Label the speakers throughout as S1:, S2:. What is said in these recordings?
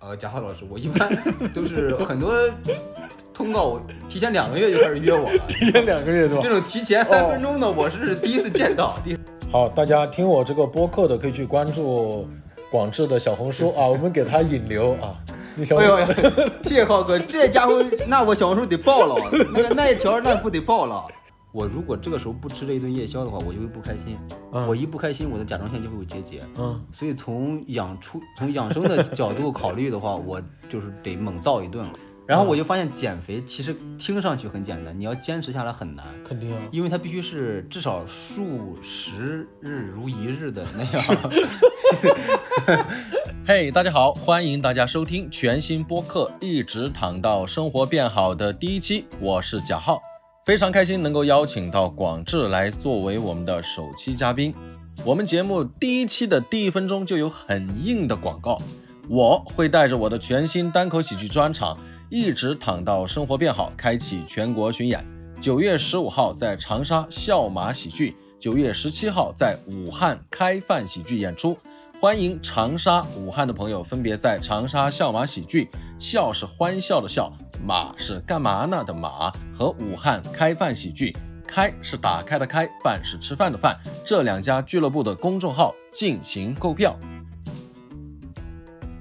S1: 呃贾浩老师，我一般都是很多通告，我提前两个月就开始约我了。
S2: 提前两个月是吧
S1: 这？种提前三分钟的，我是第一次见到。第
S2: 好，大家听我这个播客的可以去关注广志的小红书啊，我们给他引流啊。你小
S1: 哎
S2: 红
S1: 呦，呀，谢谢浩哥，这家伙，那我小红书得爆了，那个那一条那不得爆了。我如果这个时候不吃这一顿夜宵的话，我就会不开心。
S2: 嗯
S1: 我一不开心，我的甲状腺就会有结节。
S2: 嗯，
S1: 所以从养出从养生的角度考虑的话，我就是得猛造一顿了。然后我就发现减肥其实听上去很简单，你要坚持下来很难，
S2: 肯定啊。
S1: 因为它必须是至少数十日如一日的那样。
S2: 嘿大家好，欢迎大家收听全新播客《一直躺到生活变好》的第一期，我是贾浩，非常开心能够邀请到广志来作为我们的首期嘉宾。我们节目第一期的第一分钟就有很硬的广告，我会带着我的全新单口喜剧专场《一直躺到生活变好》开启全国巡演，九月十五号在长沙笑马喜剧，九月十七号在武汉开饭喜剧演出。欢迎长沙、武汉的朋友分别在长沙笑马喜剧，笑是欢笑的笑，马是干嘛呢的马，和武汉开饭喜剧，开是打开的开，饭是吃饭的饭，这两家俱乐部的公众号进行购票。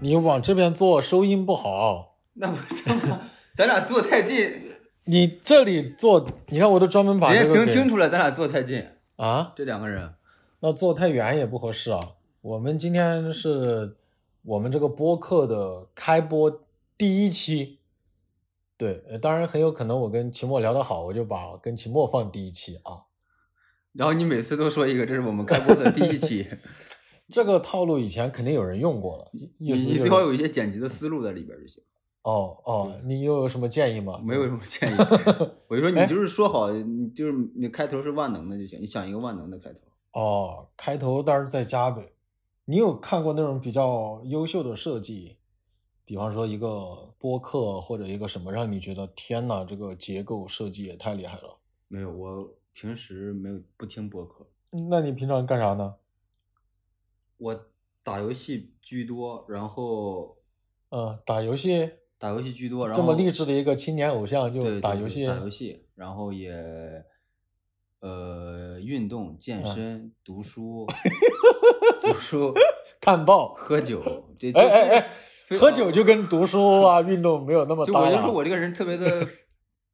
S2: 你往这边坐，收音不好。
S1: 那不是吗？咱俩坐太近，
S2: 你这里坐，你看我都专门把
S1: 人
S2: 这
S1: 家
S2: 个
S1: 能
S2: 给
S1: 听出来咱俩坐太近，
S2: 啊，
S1: 这两个人。
S2: 那坐太远也不合适啊。我们今天是我们这个播客的开播第一期，对，呃当然很有可能我跟秦墨聊得好，我就把跟秦墨放第一期啊。
S1: 然后你每次都说一个，这是我们开播的第一 期，
S2: 这个套路以前肯定有人用过了，你
S1: 你你最好有一些剪辑的思路在里边就行。
S2: 哦哦，你又有什么建议吗？
S1: 没有什么 建议，我就说你就是说好，你就是你开头是万能的就行，你想一个万能的开头。
S2: 哦，开头当然在加呗。你有看过那种比较优秀的设计，比方说一个播客或者一个什么，让你觉得天呐，这个结构设计也太厉害了。
S1: 没有，我平时没有不听播客，
S2: 那你平常干啥呢？
S1: 我打游戏居多，然后
S2: 呃，打游戏，
S1: 打游戏居多，然后
S2: 这么励志的一个青年偶像
S1: 对
S2: 就
S1: 对
S2: 打
S1: 对
S2: 游戏，
S1: 打游戏，然后也呃运动、健
S2: 嗯
S1: 身、读 书、读书、
S2: 看报。
S1: 喝酒，这
S2: 哎哎哎，
S1: 非
S2: 喝酒就跟读书啊、运动没有那么
S1: 就
S2: 搭
S1: 我就
S2: 了
S1: 说我这个人特别的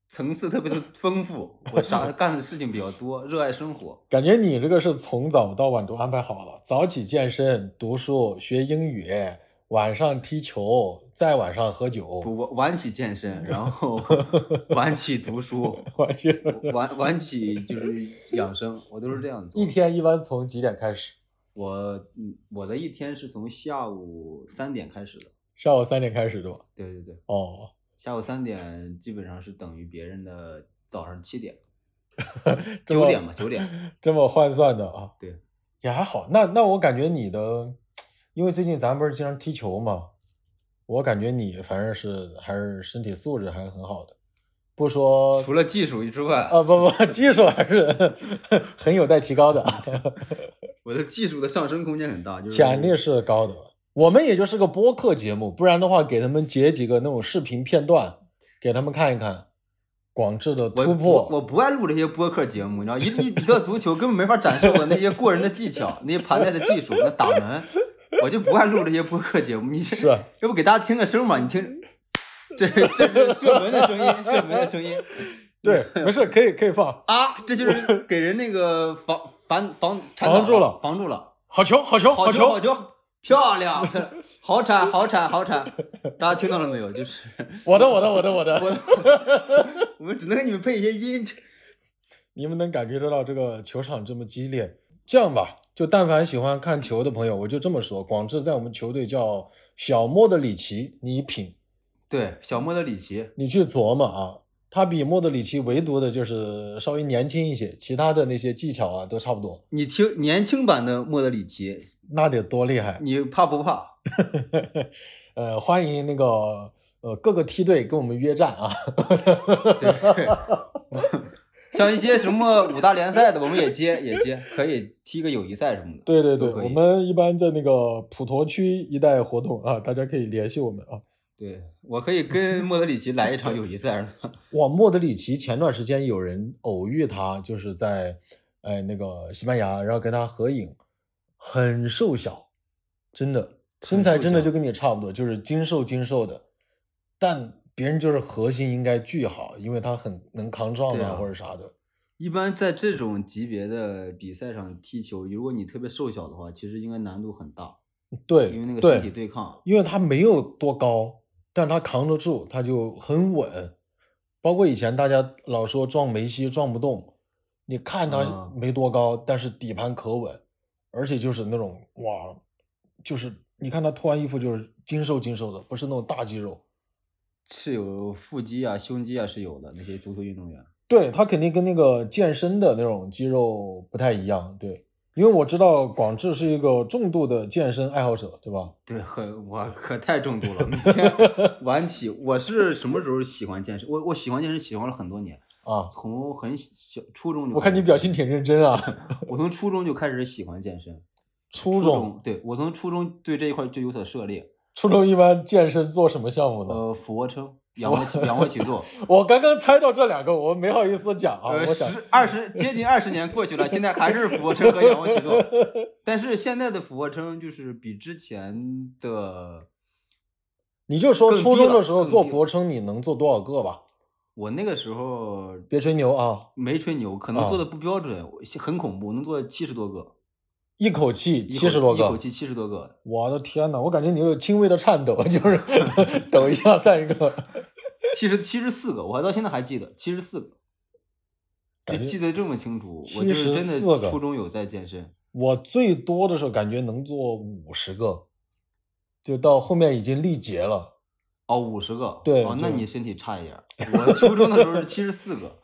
S1: 层次特别的丰富，我 啥干的事情比较多，热爱生活。
S2: 感觉你这个是从早到晚都安排好了，早起健身、读书、学英语，晚上踢球，再晚上喝酒，
S1: 不晚晚起健身，然后晚起读 书，
S2: 我去，
S1: 晚晚起就是养生，我都是这样做。
S2: 一天一般从几点开始？
S1: 我嗯我的一天是从下午三点开始的，
S2: 下午三点开始对吧？
S1: 对对对，
S2: 哦，
S1: 下午三点基本上是等于别人的早上七点，
S2: 这
S1: 九
S2: 么
S1: 点吧，九点。
S2: 这么换算的啊？
S1: 对，
S2: 也还好。那那我感觉你的，因为最近咱们不是经常踢球嘛，我感觉你反正是还是身体素质还是很好的，不说
S1: 除了技术之外，
S2: 啊不不， 技术还是 很有待提高的，
S1: 嗯我的技术的上升空间很大，就是
S2: 潜力是高的。我们也就是个播客节目，不然的话，给他们截几个那种视频片段，给他们看一看广智的
S1: 我
S2: 突
S1: 我
S2: 破。
S1: 我不爱录这些播客节目，你知道，一一比较足球根本没法展示我那些过人的技巧，那些盘带的技术，那打门，我就不爱录这些播客节目。你这
S2: 是啊
S1: 要不给大家听个声嘛？你 听，这这是射门的声音，射门的声音
S2: 对，没事，可以可以放。
S1: 啊，这就是给人那个防防防铲
S2: 防
S1: 倒
S2: 住了
S1: 防住了，
S2: 好球，好球，
S1: 好
S2: 球！
S1: 好球，漂亮， 好铲好铲好铲，大家听到了没有？就是
S2: 我的，我的，我的，我的。
S1: 我 我们只能给你们配一些音。
S2: 你们能感觉得到这个球场这么激烈？这样吧，就但凡喜欢看球的朋友，我就这么说：广智在我们球队叫小莫德里奇，你品，
S1: 对，小莫德里奇。
S2: 你去琢磨啊。他比莫德里奇唯独的就是稍微年轻一些，其他的那些技巧啊都差不多。
S1: 你听年轻版的莫德里奇，
S2: 那得多厉害！
S1: 你怕不怕？
S2: 呃，欢迎那 个呃各个梯队跟我们约战啊！
S1: 对对， 像一些什么五大联赛的，我们也接也接，可以踢个友谊赛什么的。
S3: 对对
S1: 都
S3: 对，
S1: 可
S3: 我
S1: 以
S3: 们一般在那个普陀区一带活动啊，大家可以联系我们啊。
S1: 对，我可以跟莫德里奇来一场友谊赛呢。
S2: 哇，莫德里奇前段时间有人偶遇他，就是在哎那个西班牙，然后跟他合影，很瘦小，真的身材真的
S1: 瘦小
S2: 就跟你差不多，就是精瘦精瘦的，但别人就是核心应该巨好，因为他很能扛撞
S1: 对
S2: 啊
S1: 啊
S2: 或者啥的。
S1: 一般在这种级别的比赛上踢球，如果你特别瘦小的话，其实应该难度很大，
S2: 对，
S1: 因为那个
S2: 对
S1: 身体对抗。
S2: 因为他没有多高，但是他扛得住，他就很稳。包括以前大家老说撞梅西撞不动，你看他
S1: 啊
S2: 没多高，但是底盘可稳，而且就是那种哇，就是你看他脱完衣服就是精瘦精瘦的，不是那种大肌肉。
S1: 是有腹肌啊、胸肌啊是有的，那些足球运动员。
S2: 对他肯定跟那个健身的那种肌肉不太一样，对，
S3: 因为我知道广智是一个重度的健身爱好者，对吧？
S1: 对，很我可太重度了，每天晚起。我是什么时候喜欢健身？我我喜欢健身，喜欢了很多年，
S2: 啊，
S1: 从很小初中就。
S3: 我看你表情，挺认真啊。
S1: 我从初中就开始喜欢健身。
S3: 初中，
S1: 中对我从初中对这一块就有所涉猎。
S3: 初中一般健身做什么项目呢？
S1: 呃，俯卧撑、仰卧起、仰卧起坐，
S3: 我刚刚猜到这两个，我没 好意思讲啊。
S1: 呃，
S3: 我想，
S1: 十二十接近二十年过去了，现在还是俯卧撑和仰卧起 坐。但是现在的俯卧撑就是比之前的，
S2: 你就说
S1: 更
S2: 初
S1: 低
S2: 中
S1: 了
S2: 的时候
S1: 更
S2: 做
S1: 低
S2: 俯卧撑，你能做多少个吧？
S1: 我那个时候
S2: 别吹牛啊！
S1: 没吹牛，可能
S2: 啊
S1: 做的不标准，我很恐怖，能做七十多个，
S2: 一口气
S1: 一
S2: 七十
S1: 口
S2: 多
S1: 一口
S2: 个，
S1: 气七十多个。
S3: 我的天呐，我感觉你有轻微的颤 抖，就是抖一下算一个。
S1: 七十七十四个，我到现在还记得七十四个，就
S3: 感觉
S1: 记得这么清楚。我就是真的
S3: 74个
S1: 初中有在健身，
S2: 我最多的时候感觉能做五十个，就到后面已经力竭了。
S1: 哦，五十个，
S2: 对
S1: 哦，
S2: 就
S1: 那你身体差一点儿。我初中的时候是七十四个，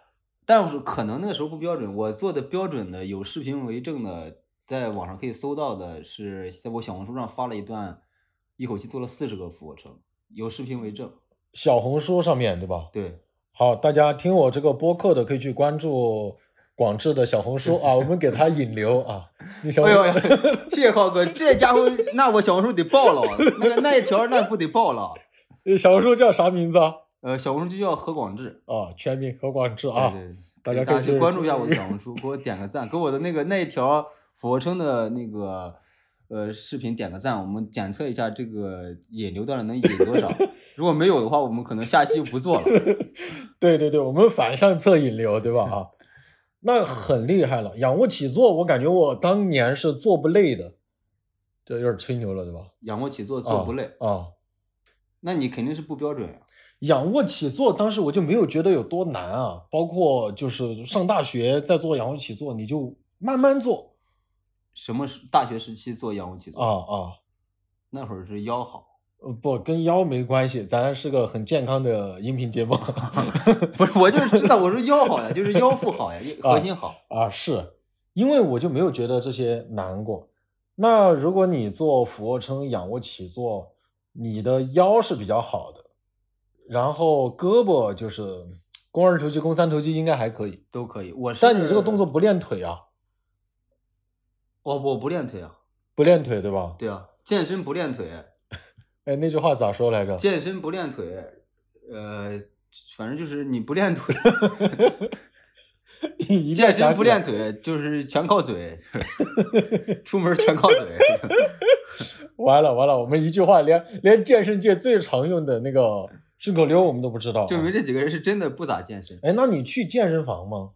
S1: 但是可能那个时候不标准。我做的标准的有视频为证的，在网上可以搜到的是，在我小红书上发了一段，一口气做了四十个俯卧撑，有视频为证。
S2: 小红书上面对吧？
S1: 对，
S2: 好，大家听我这个播客的可以去关注广智的小红书 啊，我们给他引流啊。你小
S1: 哎
S2: 红
S1: 呦，谢谢浩哥，这家伙，那我小红书得爆了，啊那个那一条那不得爆了。啊
S2: 小红书叫啥名字啊？
S1: 呃，小红书就叫何广智，
S2: 啊，全名何广智啊。
S1: 对对
S3: 大
S1: 对
S3: 家
S1: 大
S3: 可以
S1: 家去
S3: 去
S1: 关注一下我的小红书，给我点个赞，给我的那个那一条俯卧撑的那个呃视频点个赞，我们检测一下这个引流到底能引多 少，如果没有的话，我们可能下期就不做了。
S3: 对对对，我们反向测引流，对
S2: 对
S3: 吧？
S2: 吧？啊，那很厉害了。仰卧起坐，我感觉我当年是做不累的，这有点吹牛了，对吧？
S1: 仰卧起坐做不累，
S2: 啊，
S1: 那你肯定是不标准呀、
S2: 仰卧起坐，当时我就没有觉得有多难啊，包括就是上大学在做仰卧起坐，你就慢慢做
S1: 什么时大学时期做仰卧起坐
S2: 啊，啊，
S1: 那会儿是腰好，
S2: 呃不跟腰没关系，咱是个很健康的音频节目
S1: 不是我就是知道我说腰好呀，就是腰腹好呀，
S2: 啊
S1: 核心好。
S2: 啊，是因为我就没有觉得这些难过。那如果你做俯卧撑、仰卧起坐，你的腰是比较好的，然后胳膊就是肱二头肌、肱三头肌应该还可以，
S1: 都可以，我是
S2: 但你这个动作，不练腿啊，
S1: 我我不练腿啊，
S2: 不练腿对吧？
S1: 对啊，健身不练腿，
S2: 哎，那句话咋说来着？
S1: 健身不练腿，呃，反正就是你不练 腿，
S3: 一下
S1: 健
S3: 想
S1: 身
S3: 起
S1: 不
S3: 来
S1: 练腿就是全靠 嘴，出门全靠嘴。
S2: 完了完了，我们一句话连连健身界最常用的那个顺口溜我们都不知道、啊。
S1: 证明这几个人是真的不咋健身，
S2: 哎，那你去健身房吗？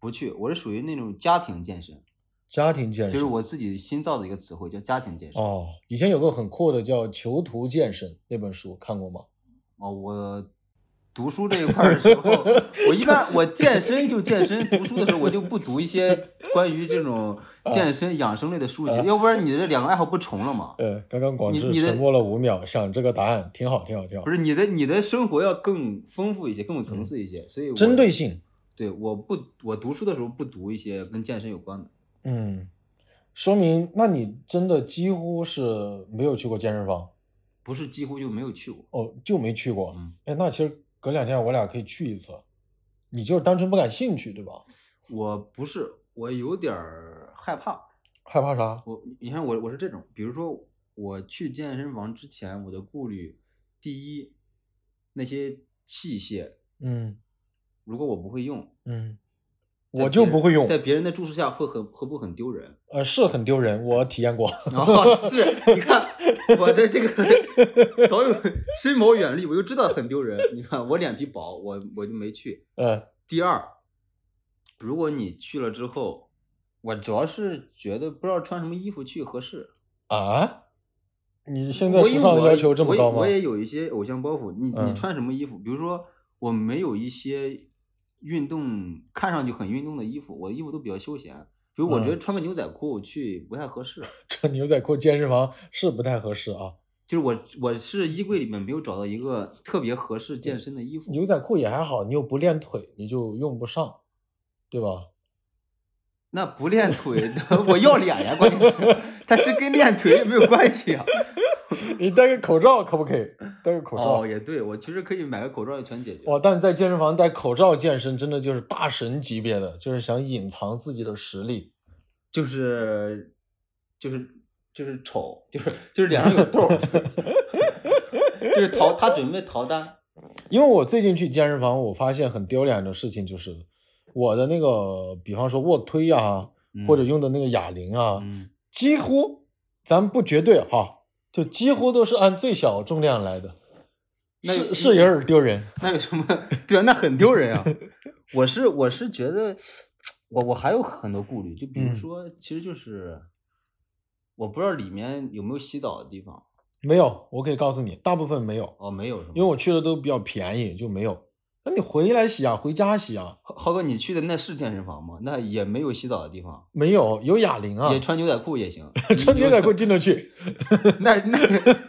S1: 不去。我是属于那种家庭健身，
S2: 家庭健身
S1: 就是我自己新造的一个词汇，叫家庭健身。
S2: 哦，以前有个很酷的叫《囚徒健身》那本书，看过吗？
S1: 哦，我读书这一块儿的时候，我一般我健身就健身，读书的时候我就不读一些关于这种健身养生类的
S2: 啊
S1: 书籍，要不然你这两个爱好不重了吗？
S2: 呃，刚刚广
S1: 你
S2: 志
S1: 你的
S2: 沉默了五秒，想这个答案挺好，挺好，挺好
S1: 不。是你的你的生活要更丰富一些，更有层次一些，所以我
S2: 针对性，
S1: 对我不我读书的时候不读一些跟健身有关的，
S2: 嗯，说明那你真的几乎是没有去过健身房
S1: 不是几乎就没有去过。
S2: 哦，就没去过
S1: 嗯。
S2: 哎，那其实隔两天我俩可以去一次，你就是单纯不感兴趣，对吧？
S1: 我不是，我有点儿害怕。
S2: 害怕啥？
S1: 我你看我我是这种，比如说我去健身房之前，我的顾虑，第一，那些器械
S2: 嗯
S1: 如果我不会用，
S2: 嗯，
S1: 在
S2: 我就
S1: 别人
S2: 不会用
S1: 在别人的注视下会很会不会很丢人？
S2: 呃，是很丢人，我体验过。
S1: 然后是， 你看我的这个早有深谋远虑，我就知道很丢人。你看我脸皮薄，我我就没去。
S2: 嗯
S1: 第二，如果你去了之后，我主要是觉得不知道穿什么衣服去合适。
S2: 啊，你现在
S1: 我
S2: 时
S1: 因为
S2: 尚
S1: 我
S2: 要求这么
S1: 我也
S2: 高吗
S1: 我？也有一些偶像包袱，你你
S2: 嗯
S1: 穿什么衣服？比如说我没有一些运动看上去很运动的衣服，我的衣服都比较休闲。比如我觉得
S2: 嗯
S1: 穿个牛仔裤去不太合适，
S2: 穿牛仔裤健身房是不太合适啊。
S1: 就是我我是衣柜里面没有找到一个特别合适健身的衣服。
S2: 牛仔裤也还好，你又不练腿，你就用不上，对吧？
S1: 那不练腿，我要脸呀，关键是， 但是跟练腿也没有关系啊。
S2: 你戴个口罩可不可以？戴个口罩。哦
S1: 哦，也对，我其实可以买个口罩就全解决。
S2: 哇，但在健身房戴口罩健身，真的就是大神级别的，就是想隐藏自己的实力。
S1: 就是就是就是丑， 就是就是脸上有痘儿， 就是逃他准备逃单。
S2: 因为我最近去健身房，我发现很丢脸的事情就是，我的那个，比方说卧推啊，或者用的那个哑铃啊，
S1: 嗯
S2: 几乎咱不绝对哈，就几乎都是按最小重量来的，
S1: 那
S2: 是
S1: 有
S2: 是有点丢人。
S1: 那有什么？对啊，那很丢人啊！我是我是觉得，我我还有很多顾虑，就比如
S2: 嗯
S1: 说，其实就是我不知道里面有没有洗澡的地方。
S2: 没有，我可以告诉你，大部分没有，
S1: 哦，没有是吗？
S2: 因为我去的都比较便宜，就没有。那你回来洗啊，回家洗啊，
S1: 浩浩哥，你去的那是健身房吗？那也没有洗澡的地方，
S2: 没有，有哑铃啊。
S1: 也，穿牛仔裤也行
S2: 穿牛仔裤进得去。
S1: 那那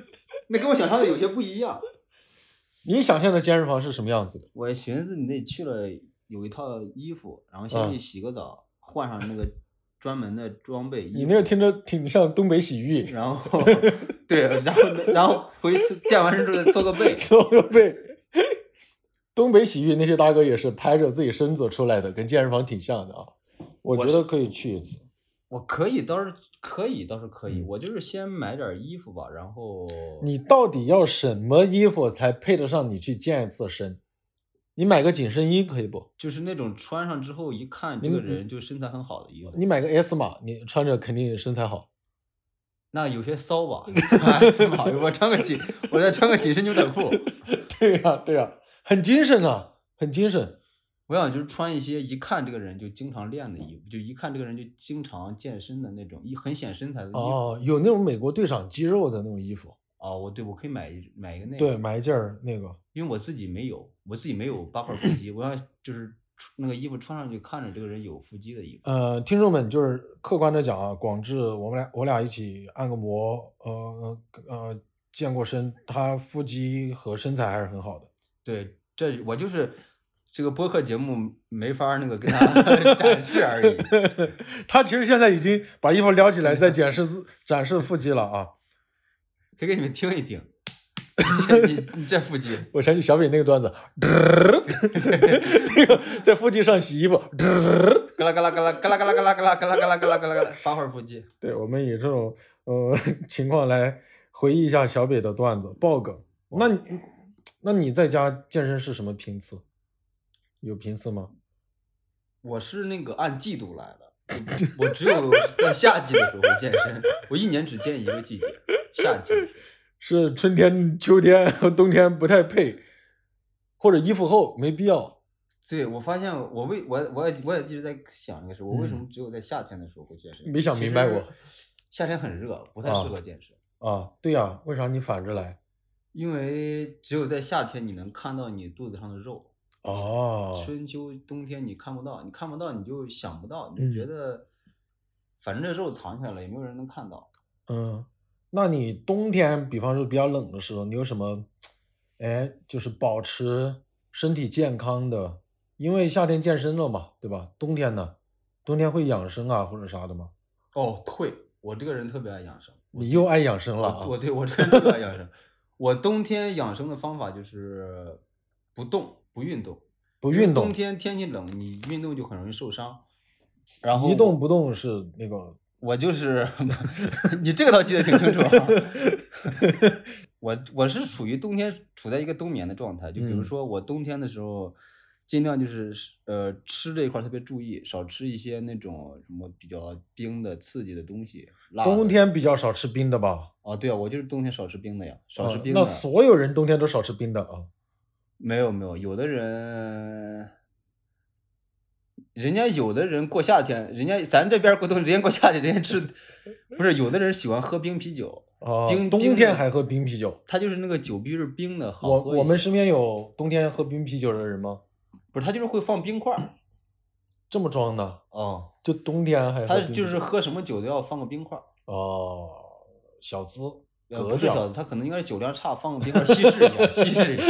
S1: 那跟我想象的有些不一样。
S2: 你想象的健身房是什么样子的？
S1: 我寻思你得去了有一套衣服，然后先
S2: 嗯
S1: 去洗个澡，换上那个专门的装备。
S2: 你
S1: 衣
S2: 那个
S1: 服
S2: 听着挺像东北洗浴，
S1: 然后对，然后然后回去健完身之后搓个背，
S2: 所有被 东北洗浴那些大哥也是拍着自己身子出来的，跟健身房挺像的啊。我
S1: 我
S2: 觉得可以去一次。
S1: 我可以倒是可以倒是可以，
S2: 嗯
S1: 我就是先买点衣服吧，然后
S2: 你到底要什么衣服才配得上你去健一次身？你买个紧身衣可以不？
S1: 就是那种穿上之后一看这个
S2: 嗯
S1: 人就身材很好的衣服，
S2: 你买个 S 码，你穿着肯定身材好。
S1: 那有些骚吧， 哎这么好我穿个紧，我再穿个紧身牛仔裤，
S2: 对呀、对呀、很精神啊，很精神。
S1: 我想就是穿一些一看这个人就经常练的衣服，就一看这个人就经常健身的那种，一很显身材的衣服。哦，
S2: 哦，有那种美国队长肌肉的那种衣服，
S1: 我对我可以买一买一个那个，
S2: 对，，买一件儿那个。
S1: 因为我自己没有，我自己没有八块腹肌，我要就是出那个衣服穿上去看着这个人有腹肌的衣服。
S2: 呃，听众们，就是客观的讲啊，广志，我们俩我俩一起按个摩，呃呃，健过身，他腹肌和身材还是很好的。
S1: 对，这我就是这个播客节目没法儿那个跟他 展示而已。
S2: 他其实现在已经把衣服撩起来，在展示自展示腹肌了啊！
S1: 可以给你们听一听， 你你这腹肌，
S2: 我想起小品那个段子，那个在腹肌上洗衣服，
S1: 嘎啦嘎啦嘎啦嘎啦嘎啦嘎啦嘎啦嘎啦嘎啦嘎啦嘎啦，八块腹肌。
S2: 对，我们以这种呃情况来回忆一下小北的段子爆梗。那你那你在家健身是什么频次？有频次吗？
S1: 我是那个按季度来的，我我只有在夏季的时候健身，我一年只健一个季节，夏季的时候。
S2: 是春天、秋天和冬天不太配，或者衣服厚没必要。
S1: 对，我发现我为我我也我也一直在想这个事，我为什
S2: 嗯
S1: 么只有在夏天的时候会健身？
S2: 没想
S1: 其
S2: 明白
S1: 实
S2: 过。
S1: 夏天很热，不太
S2: 啊
S1: 适合健身，
S2: 啊，对呀、为啥你反着来？
S1: 因为只有在夏天你能看到你肚子上的肉，
S2: 哦，
S1: 春秋冬天你看不到，你看不到你就想不到，你就
S2: 嗯
S1: 觉得反正这肉藏起来了，也没有人能看到。
S2: 嗯，那你冬天，比方说比较冷的时候，你有什么，哎，就是保持身体健康的？因为夏天健身了嘛，对吧？冬天呢，冬天会养生啊或者啥的吗？
S1: 哦，退，我这个人特别爱养生。我
S2: 你又爱养生了
S1: 我
S2: 啊
S1: 我？对我这个人特别爱养生。我冬天养生的方法就是不动不运动，
S2: 不
S1: 因为
S2: 运动
S1: 冬，天天气冷，你运动就很容易受伤。然后
S2: 一
S1: 我
S2: 动不动是那个
S1: 我就是 你这个倒记得挺清 楚、啊。我我是属于冬天处在一个冬眠的状态，就比如
S2: 嗯
S1: 说我冬天的时候，尽量就是呃吃这一块儿特别注意，少吃一些那种什么比较冰的、刺激的东西。辣的
S2: 冬天比较少吃冰的吧？
S1: 哦，对啊，我就是冬天少吃冰的呀，少吃
S2: 啊
S1: 冰的。
S2: 那所有人冬天都少吃冰的啊。
S1: 没有没有，有的人，人家有的人过夏天，人家咱这边儿过冬，人家过夏天，人家吃，不是有的人喜欢喝冰啤酒，
S2: 啊，
S1: 冰
S2: 冬
S1: 冰
S2: 天
S1: 的
S2: 还喝冰啤酒。
S1: 他就是那个酒必须是冰的，好
S2: 我
S1: 喝一
S2: 我们
S1: 些
S2: 身边有冬天喝冰啤酒的人吗？
S1: 不是他就是会放冰块儿
S2: 这么装的，
S1: 哦，
S2: 就冬天还喝
S1: 他
S2: 冰
S1: 就
S2: 啤
S1: 是
S2: 酒
S1: 喝什么酒都要放个冰块儿，
S2: 哦，小资
S1: 呃
S2: 格
S1: 不是小
S2: 调
S1: 子，他可能应该是酒量差，放个冰块儿稀释一下，稀释一下。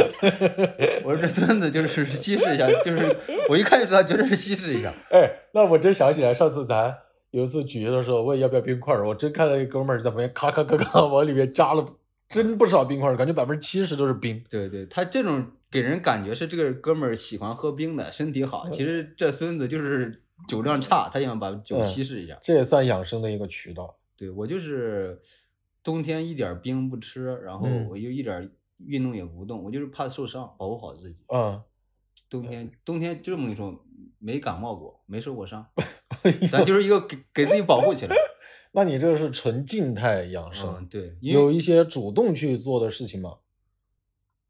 S1: 我说这孙子就是稀释一下，就是我一看就知道，绝对是稀释一下。
S2: 哎，那我真想起来，上次咱有一次举的时候问要不要冰块儿，我真看到一哥们儿在旁边咔咔咔咔往里面加了真不少冰块儿，感觉百分之七十都是冰。
S1: 对对，他这种给人感觉是这个哥们儿喜欢喝冰的，身体好。其实这孙子就是酒量差，他想把酒
S2: 嗯
S1: 稀释一下。
S2: 这也算养生的一个渠道。
S1: 对我就是冬天一点儿冰不吃，然后
S2: 嗯
S1: 我就一点儿运动也不动，我就是怕受伤，保护好自己。
S2: 嗯，
S1: 冬天冬天就这么跟你说，没感冒过，没受过伤
S2: 哎，
S1: 咱就是一个给给自己保护起 来。
S2: 那你这是纯静态养生，
S1: 嗯，对，因为
S2: 有一些主动去做的事情吗？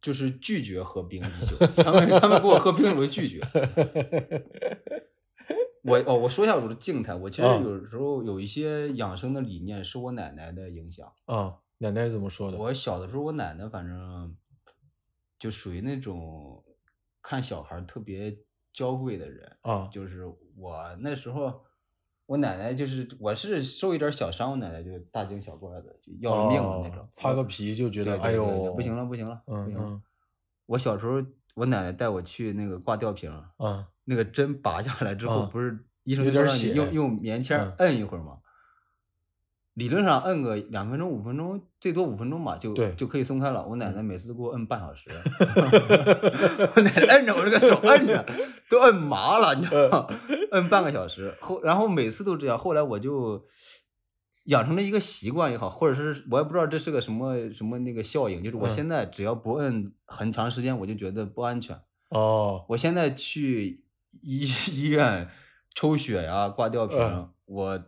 S1: 就是拒绝喝冰啤酒，他们他们给我喝冰我就拒 绝。我哦，我说一下我的静态，我其实
S2: 嗯
S1: 有时候有一些养生的理念是我奶奶的影响。
S2: 啊，奶奶怎么说的？
S1: 我小的时候，我奶奶反正就属于那种看小孩儿特别娇贵的人，
S2: 啊，
S1: 就是我那时候，我奶奶就是我是受一点儿小伤，我奶奶就大惊小怪的，就要了命的那种
S2: 哦，擦个
S1: 我
S2: 皮就觉
S1: 对
S2: 得
S1: 对
S2: 哎
S1: 对对
S2: 呦，
S1: 不行了，不行了，不
S2: 嗯
S1: 行了
S2: 嗯。
S1: 我小时候，我奶奶带我去那个挂吊瓶儿，
S2: 啊
S1: 那个针拔下来之后，
S2: 啊
S1: 不是医生
S2: 有
S1: 就
S2: 点
S1: 让你
S2: 血
S1: 用用棉签
S2: 嗯
S1: 儿摁一会儿吗？理论上摁个两分钟、五分钟，最多五分钟吧，就
S2: 对嗯
S1: 就可以松开了。我奶奶每次给我摁半小时， 我奶奶摁着我这个手摁着，都摁麻了，你知道吗？
S2: 嗯
S1: 摁半个小时后，然后每次都这样。后来我就养成了一个习惯也好，或者是我也不知道这是个什么什么那个效应，就是我
S2: 嗯
S1: 现在只要不摁很长时间，我就觉得不安全。
S2: 哦，
S1: 我现在去医 医院抽血呀、挂吊瓶，
S2: 嗯
S1: 我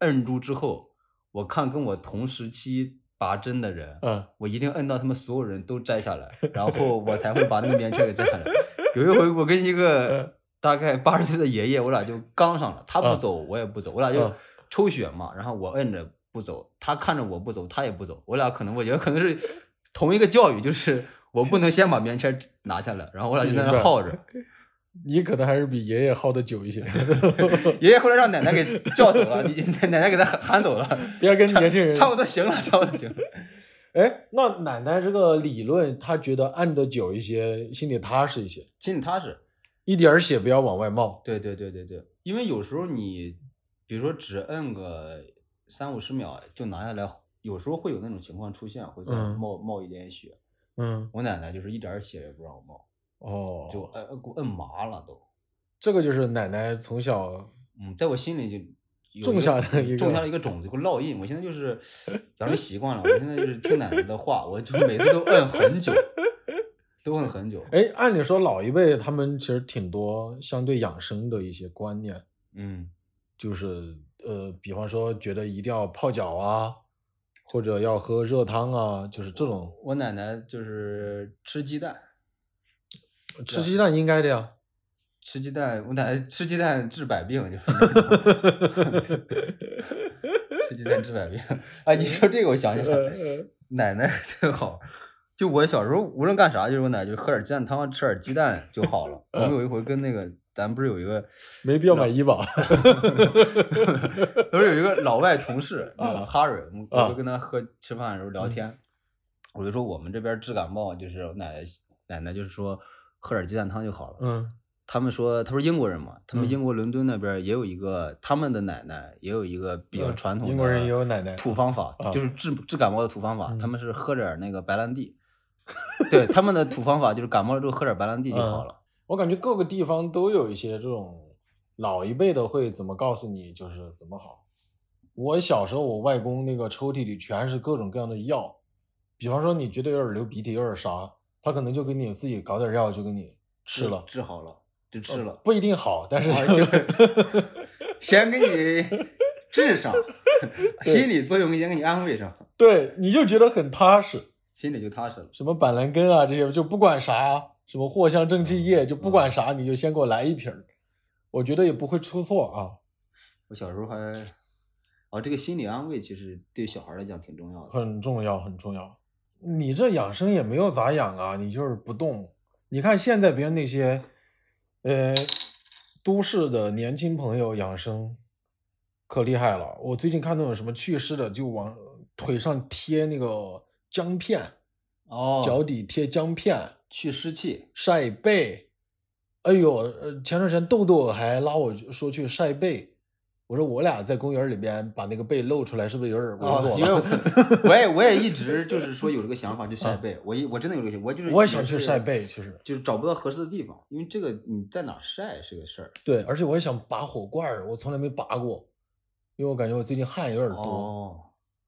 S1: 摁住之后，我看跟我同时期拔针的人，
S2: 嗯，
S1: 我一定摁到他们所有人都摘下来，然后我才会把那个棉签给摘下来。有一回，我跟一个大概八十岁的爷爷，我俩就刚上了，他不
S2: 嗯
S1: 走，我也不走，我俩就
S2: 嗯
S1: 抽血嘛，然后我摁着不走，他看着我不走，他也不走，我俩可能我觉得可能是同一个教育，就是我不能先把棉签拿下来，然后我俩就在
S2: 明
S1: 那
S2: 白嗯
S1: 耗着。
S2: 你可能还是比爷爷耗的久一些，
S1: 爷爷后来让奶奶给叫走了， 你奶奶给他喊喊走了，
S2: 不要跟年轻人。
S1: 差不多行了，差不多行了。
S2: 哎，那奶奶这个理论，她觉得按的久一些，心里踏实一些，
S1: 心里踏实。
S2: 一点儿血不要往外冒。
S1: 对对对对对，因为有时候你，比如说只摁个三五十秒就拿下来，有时候会有那种情况出现，会再
S2: 嗯
S1: 冒、冒一点血。
S2: 嗯，
S1: 我奶奶就是一点儿血也不让我冒，
S2: 哦，
S1: 就摁摁给我摁麻了都。
S2: 这个就是奶奶从小，
S1: 嗯，在我心里就。有
S2: 种
S1: 一个
S2: 下了一
S1: 种
S2: 个
S1: 下了一个种子，给我烙印。我现在就是养成习惯了，我现在就是听奶奶的话，我就每次都摁很久，都摁很久。
S2: 哎，按理说老一辈他们其实挺多相对养生的一些观念，
S1: 嗯，
S2: 就是呃，比方说觉得一定要泡脚啊，或者要喝热汤啊，就是这种
S1: 我奶奶就是吃鸡蛋，
S2: 吃鸡蛋应该的呀。
S1: 吃鸡蛋，我奶奶吃鸡蛋治百病，就是那种吃鸡蛋治百病。哎，你说这个，我想
S2: 嗯
S1: 起来，奶奶特好。就我小时候，无论干啥，就是我奶奶就喝点鸡蛋汤，吃点鸡蛋就好了。我们有一回跟那个，咱不是有一个，
S2: 没必要买医保。
S1: 不是有一个老外同事，那个
S2: 啊
S1: 哈瑞，我们
S2: 啊嗯
S1: 我就跟他喝吃饭的时候聊天，我就说我们这边治感冒，就是我奶奶奶奶就是说喝点鸡蛋汤就好了。
S2: 嗯
S1: 他们说，他不是英国人嘛，他们
S2: 嗯
S1: 英国伦敦那边也有一个，他们的奶奶也有一个比较
S2: 嗯
S1: 传统的
S2: 英国人也有奶奶
S1: 土方法，
S2: 啊
S1: 就是治治感冒的土方法，
S2: 嗯
S1: 他们
S2: 嗯
S1: 是喝点儿那个白兰地，对，他们的土方法就是感冒了之后喝点儿白兰地就好了，
S2: 我感觉各个地方都有一些这种老一辈的会怎么告诉你就是怎么好。我小时候，我外公那个抽屉里全是各种各样的药，比方说你觉得有点流鼻涕，有点啥，他可能就给你自己搞点药就给你吃了，哦
S1: 治好了就吃 了，
S2: 不一定好，但是
S1: 啊就
S2: 就
S1: 是先给 你治上，
S2: 对
S1: 心理作用先给你安慰上，
S2: 对你就觉得很踏实。
S1: 心里就踏实了。
S2: 什么板蓝根啊这些就不管啥呀、什么藿香正气液就
S1: 嗯
S2: 不管啥，你就先给我来一瓶儿，我觉得也不会出错啊。
S1: 我小时候还，啊，这个心理安慰其实对小孩来讲挺重要的。
S2: 很重要，很重要。你这养生也没有咋养啊，你就是不动。你看现在别人那些，呃，都市的年轻朋友养生可厉害了。我最近看那种什么去世的，就往腿上贴那个姜片，
S1: 哦
S2: 脚底贴姜片，
S1: 去湿气，
S2: 晒背。哎呦，呃，前段时间豆豆还拉我去说去晒背，我说我俩在公园里边把那个背露出来，是不是有点猥
S1: 哦
S2: 琐
S1: 因为
S2: 了？
S1: 我我也我也一直就是说有这个想法去晒背，我一我真的有这个，我就是
S2: 嗯我也想
S1: 是
S2: 去晒背，其实。
S1: 就是找不到合适的地方，因为这个你在哪晒是个事儿。
S2: 对，而且我也想拔火罐儿，我从来没拔过，因为我感觉我最近汗有点多。
S1: 哦，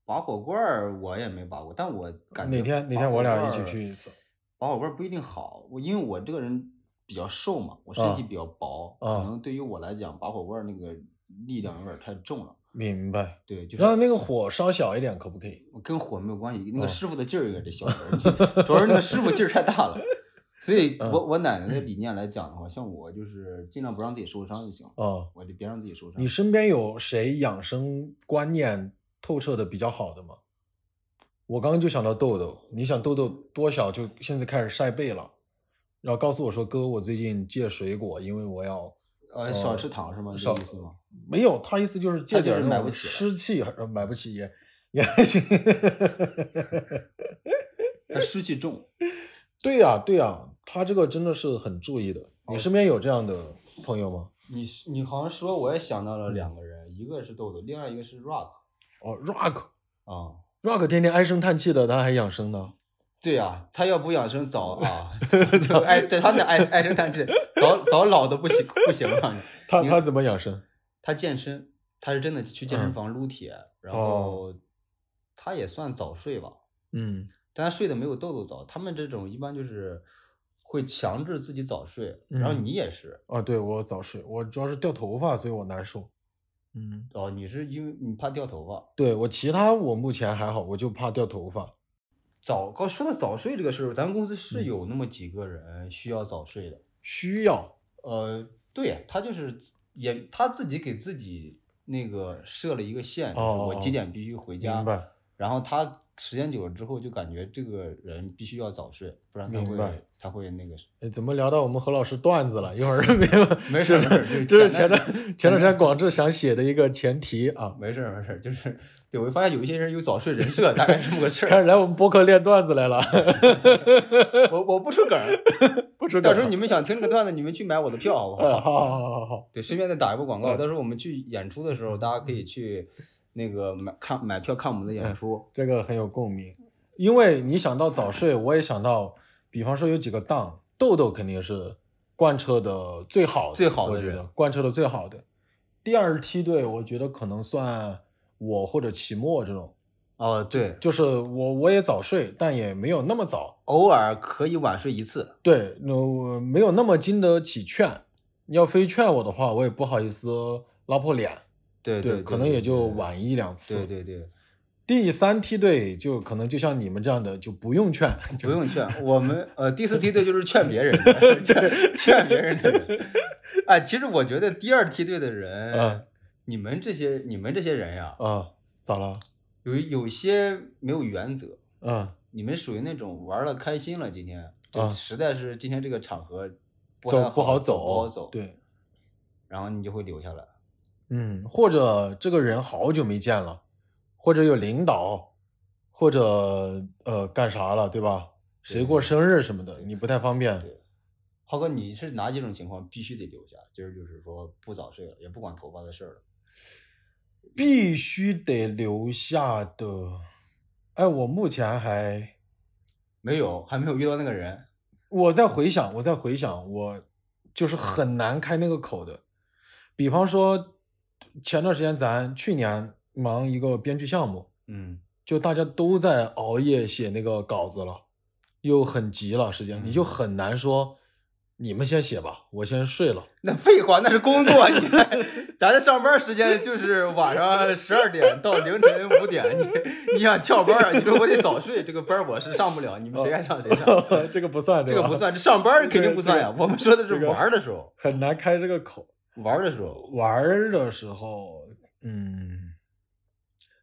S1: 拔火罐儿我也没拔过，但我感觉
S2: 哪天哪
S1: 拔
S2: 天
S1: 火
S2: 我俩一
S1: 罐
S2: 起
S1: 儿
S2: 去一次。
S1: 拔火罐儿不一定好，我因为我这个人比较瘦嘛，我身
S2: 啊
S1: 体比较薄，
S2: 啊
S1: 可能对于我来讲，拔火罐儿那个力量有点太重了。
S2: 明白，
S1: 对，就是
S2: 让那个火烧小一点，可不可以？
S1: 跟火没有关系，那
S2: 哦
S1: 个师傅的劲儿有点儿小点儿，主要是那个师傅劲儿太大了。所以
S2: 嗯
S1: 我，我奶奶的理念来讲的话，像我就是尽量不让自己受伤就行，
S2: 哦，
S1: 我就别让自己受伤。
S2: 你身边有谁养生观念透彻的比较好的吗？我刚刚就想到豆豆，你想豆豆多小就现在开始晒背了，然后告诉我说哥，我最近戒水果，因为我要
S1: 呃，少吃糖是吗？是
S2: 哦少
S1: 这个意思吗？
S2: 没有，他意思就是
S1: 他
S2: 戒
S1: 就
S2: 点
S1: 是
S2: 儿那
S1: 买
S2: 种
S1: 不起了
S2: 湿气，还是买不起也也 还行。
S1: 他湿气重，
S2: 对呀、对呀、他这个真的是很注意的。你身边有这样的朋友吗？
S1: 你是你好像说，我也想到了两个人，一个是豆豆，另外一个是 Rock
S2: 哦，Rock
S1: 啊、
S2: Rock 天天唉声叹气的，他还养生呢。
S1: 对呀、他要不养生早 啊，早哎，对他那唉唉声叹气，早早老的不行不行啊了。
S2: 他
S1: 你
S2: 他怎么养生？
S1: 他健身，他是真的去健
S2: 嗯
S1: 身房撸铁，然
S2: 哦
S1: 后他也算早睡吧，
S2: 嗯，
S1: 但他睡得没有豆豆早。他们这种一般就是会强制自己早睡，然后
S2: 嗯
S1: 你也是
S2: 啊，对我早睡，我主要是掉头发，所以我难受。嗯，
S1: 哦，你是因为你怕掉头发。
S2: 对我其他我目前还好，我就怕掉头发。
S1: 早刚说到早睡这个事儿，咱们公司是有那么几个人需要早睡的。
S2: 嗯需要
S1: 呃，对，他就是自也他自己给自己那个设了一个线，就是我
S2: 哦
S1: 几点必须回家
S2: 明。白，
S1: 然后他时间久了之后，就感觉这个人必须要早睡，不然他
S2: 明白
S1: 会他会那个。
S2: 哎，怎么聊到我们何老师段子了？一会儿 没
S1: 没事儿没事
S2: 有，
S1: 儿
S2: 这
S1: 就是简单
S2: 前段前段时间广志想写的一个前提啊。
S1: 没事儿没事儿，就是对我就发现有一些人有早睡人 设，大概是这么个事
S2: 开始
S1: 儿。
S2: 来我们播客练段子来了，
S1: 我我不出梗儿，
S2: 不出
S1: 到
S2: 梗
S1: 时候
S2: 了
S1: 你们想听这个段子，你们去买我的票好不
S2: 哎，
S1: 好？
S2: 好好嗯好好好，
S1: 对，顺便再打一波广告，到时候我们去演出的时候，大家可以去那个买看买票看我们的
S2: 嗯
S1: 演出。
S2: 这个很有共鸣，因为你想到早睡，我也想到，比方说有几个档，豆豆肯定是贯彻的最好的，
S1: 最好的
S2: 我觉
S1: 人
S2: 得贯彻的最好的。第二梯队，我觉得可能算我或者期末这种，
S1: 哦，对，
S2: 就是我我也早睡，但也没有那么早，
S1: 偶尔可以晚睡一次。
S2: 对，那我没有那么经得起劝。你要非劝我的话，我也不好意思拉破脸，
S1: 对对，
S2: 可能也就
S1: 对
S2: 晚一两次。
S1: 对对对，
S2: 第三梯队就可能就像你们这样的，就不用劝，就
S1: 不用劝。我们呃，第四梯队就是劝别人 的，劝劝别人的人。哎，其实我觉得第二梯队的人，
S2: 嗯
S1: 你们这些你们这些人呀，
S2: 啊，咋了？
S1: 有有些没有原则，
S2: 嗯，
S1: 你们属于那种玩的开心了，今天就
S2: 啊
S1: 实在是今天这个场合不太
S2: 走不好
S1: 走，不好
S2: 走，
S1: 走，，
S2: 对，
S1: 然后你就会留下来。
S2: 嗯，或者这个人好久没见了，或者有领导，或者呃干啥了，对吧？谁
S1: 对
S2: 过生日什么的，你不太方便。
S1: 对，浩哥，你是哪几种情况必须得留下？今儿就是说不早睡了，也不管头发的事儿了。
S2: 必须得留下的。哎，我目前还，
S1: 没有，还没有遇到那个人。
S2: 我在回想，我在回想，我就是很难开那个口的。比方说，前段时间咱去年忙一个编剧项目，
S1: 嗯
S2: 就大家都在熬夜写那个稿子了，又很急了，时间你就很难说，你们先写吧，我先睡了。
S1: 那废话，那是工作。你咱的上班时间就是晚上十二点到凌晨五点，你你想翘班啊？你说我得早睡，这个班儿我是上不了，你们谁爱上谁上。
S2: 哦这个不算，
S1: 这
S2: 吧
S1: 个不， 算，这上班儿肯定
S2: 对
S1: 不算
S2: 这
S1: 呀。
S2: 个
S1: 我们说的
S2: 这
S1: 是
S2: 个
S1: 玩儿的时候，
S2: 很难开这个口。
S1: 玩儿的时候，
S2: 玩儿的时候，嗯，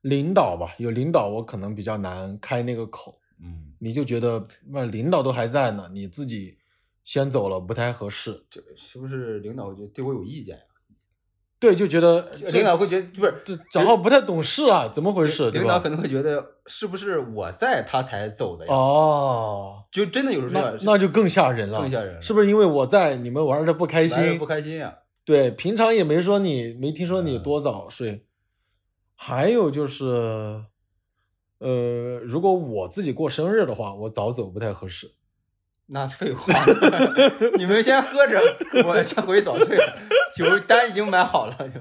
S2: 领导吧，有领导我可能比较难开那个口，
S1: 嗯，
S2: 你就觉得那领导都还在呢，你自己先走了不太合适。
S1: 这是不是领导就对我有意见呀？
S2: 对，就觉得
S1: 领导会觉得不是
S2: 这这然后不太懂事啊，怎么回事？对
S1: 领导
S2: 吧
S1: 可？能会觉得是不是我在他才走的呀？
S2: 哦，
S1: 就真的有时候
S2: 那
S1: 这
S2: 那
S1: 样
S2: 就更吓人了，
S1: 更吓人了
S2: 是不是因为我在，你们玩的不开
S1: 玩
S2: 心
S1: 儿不？开心啊呀。
S2: 对，平常也没说你，没听说你
S1: 嗯
S2: 多早睡。还有就是，呃，如果我自己过生日的话，我早走不太合适。
S1: 那废话， 你们先喝着，我先回去早睡。酒单已经买好了，就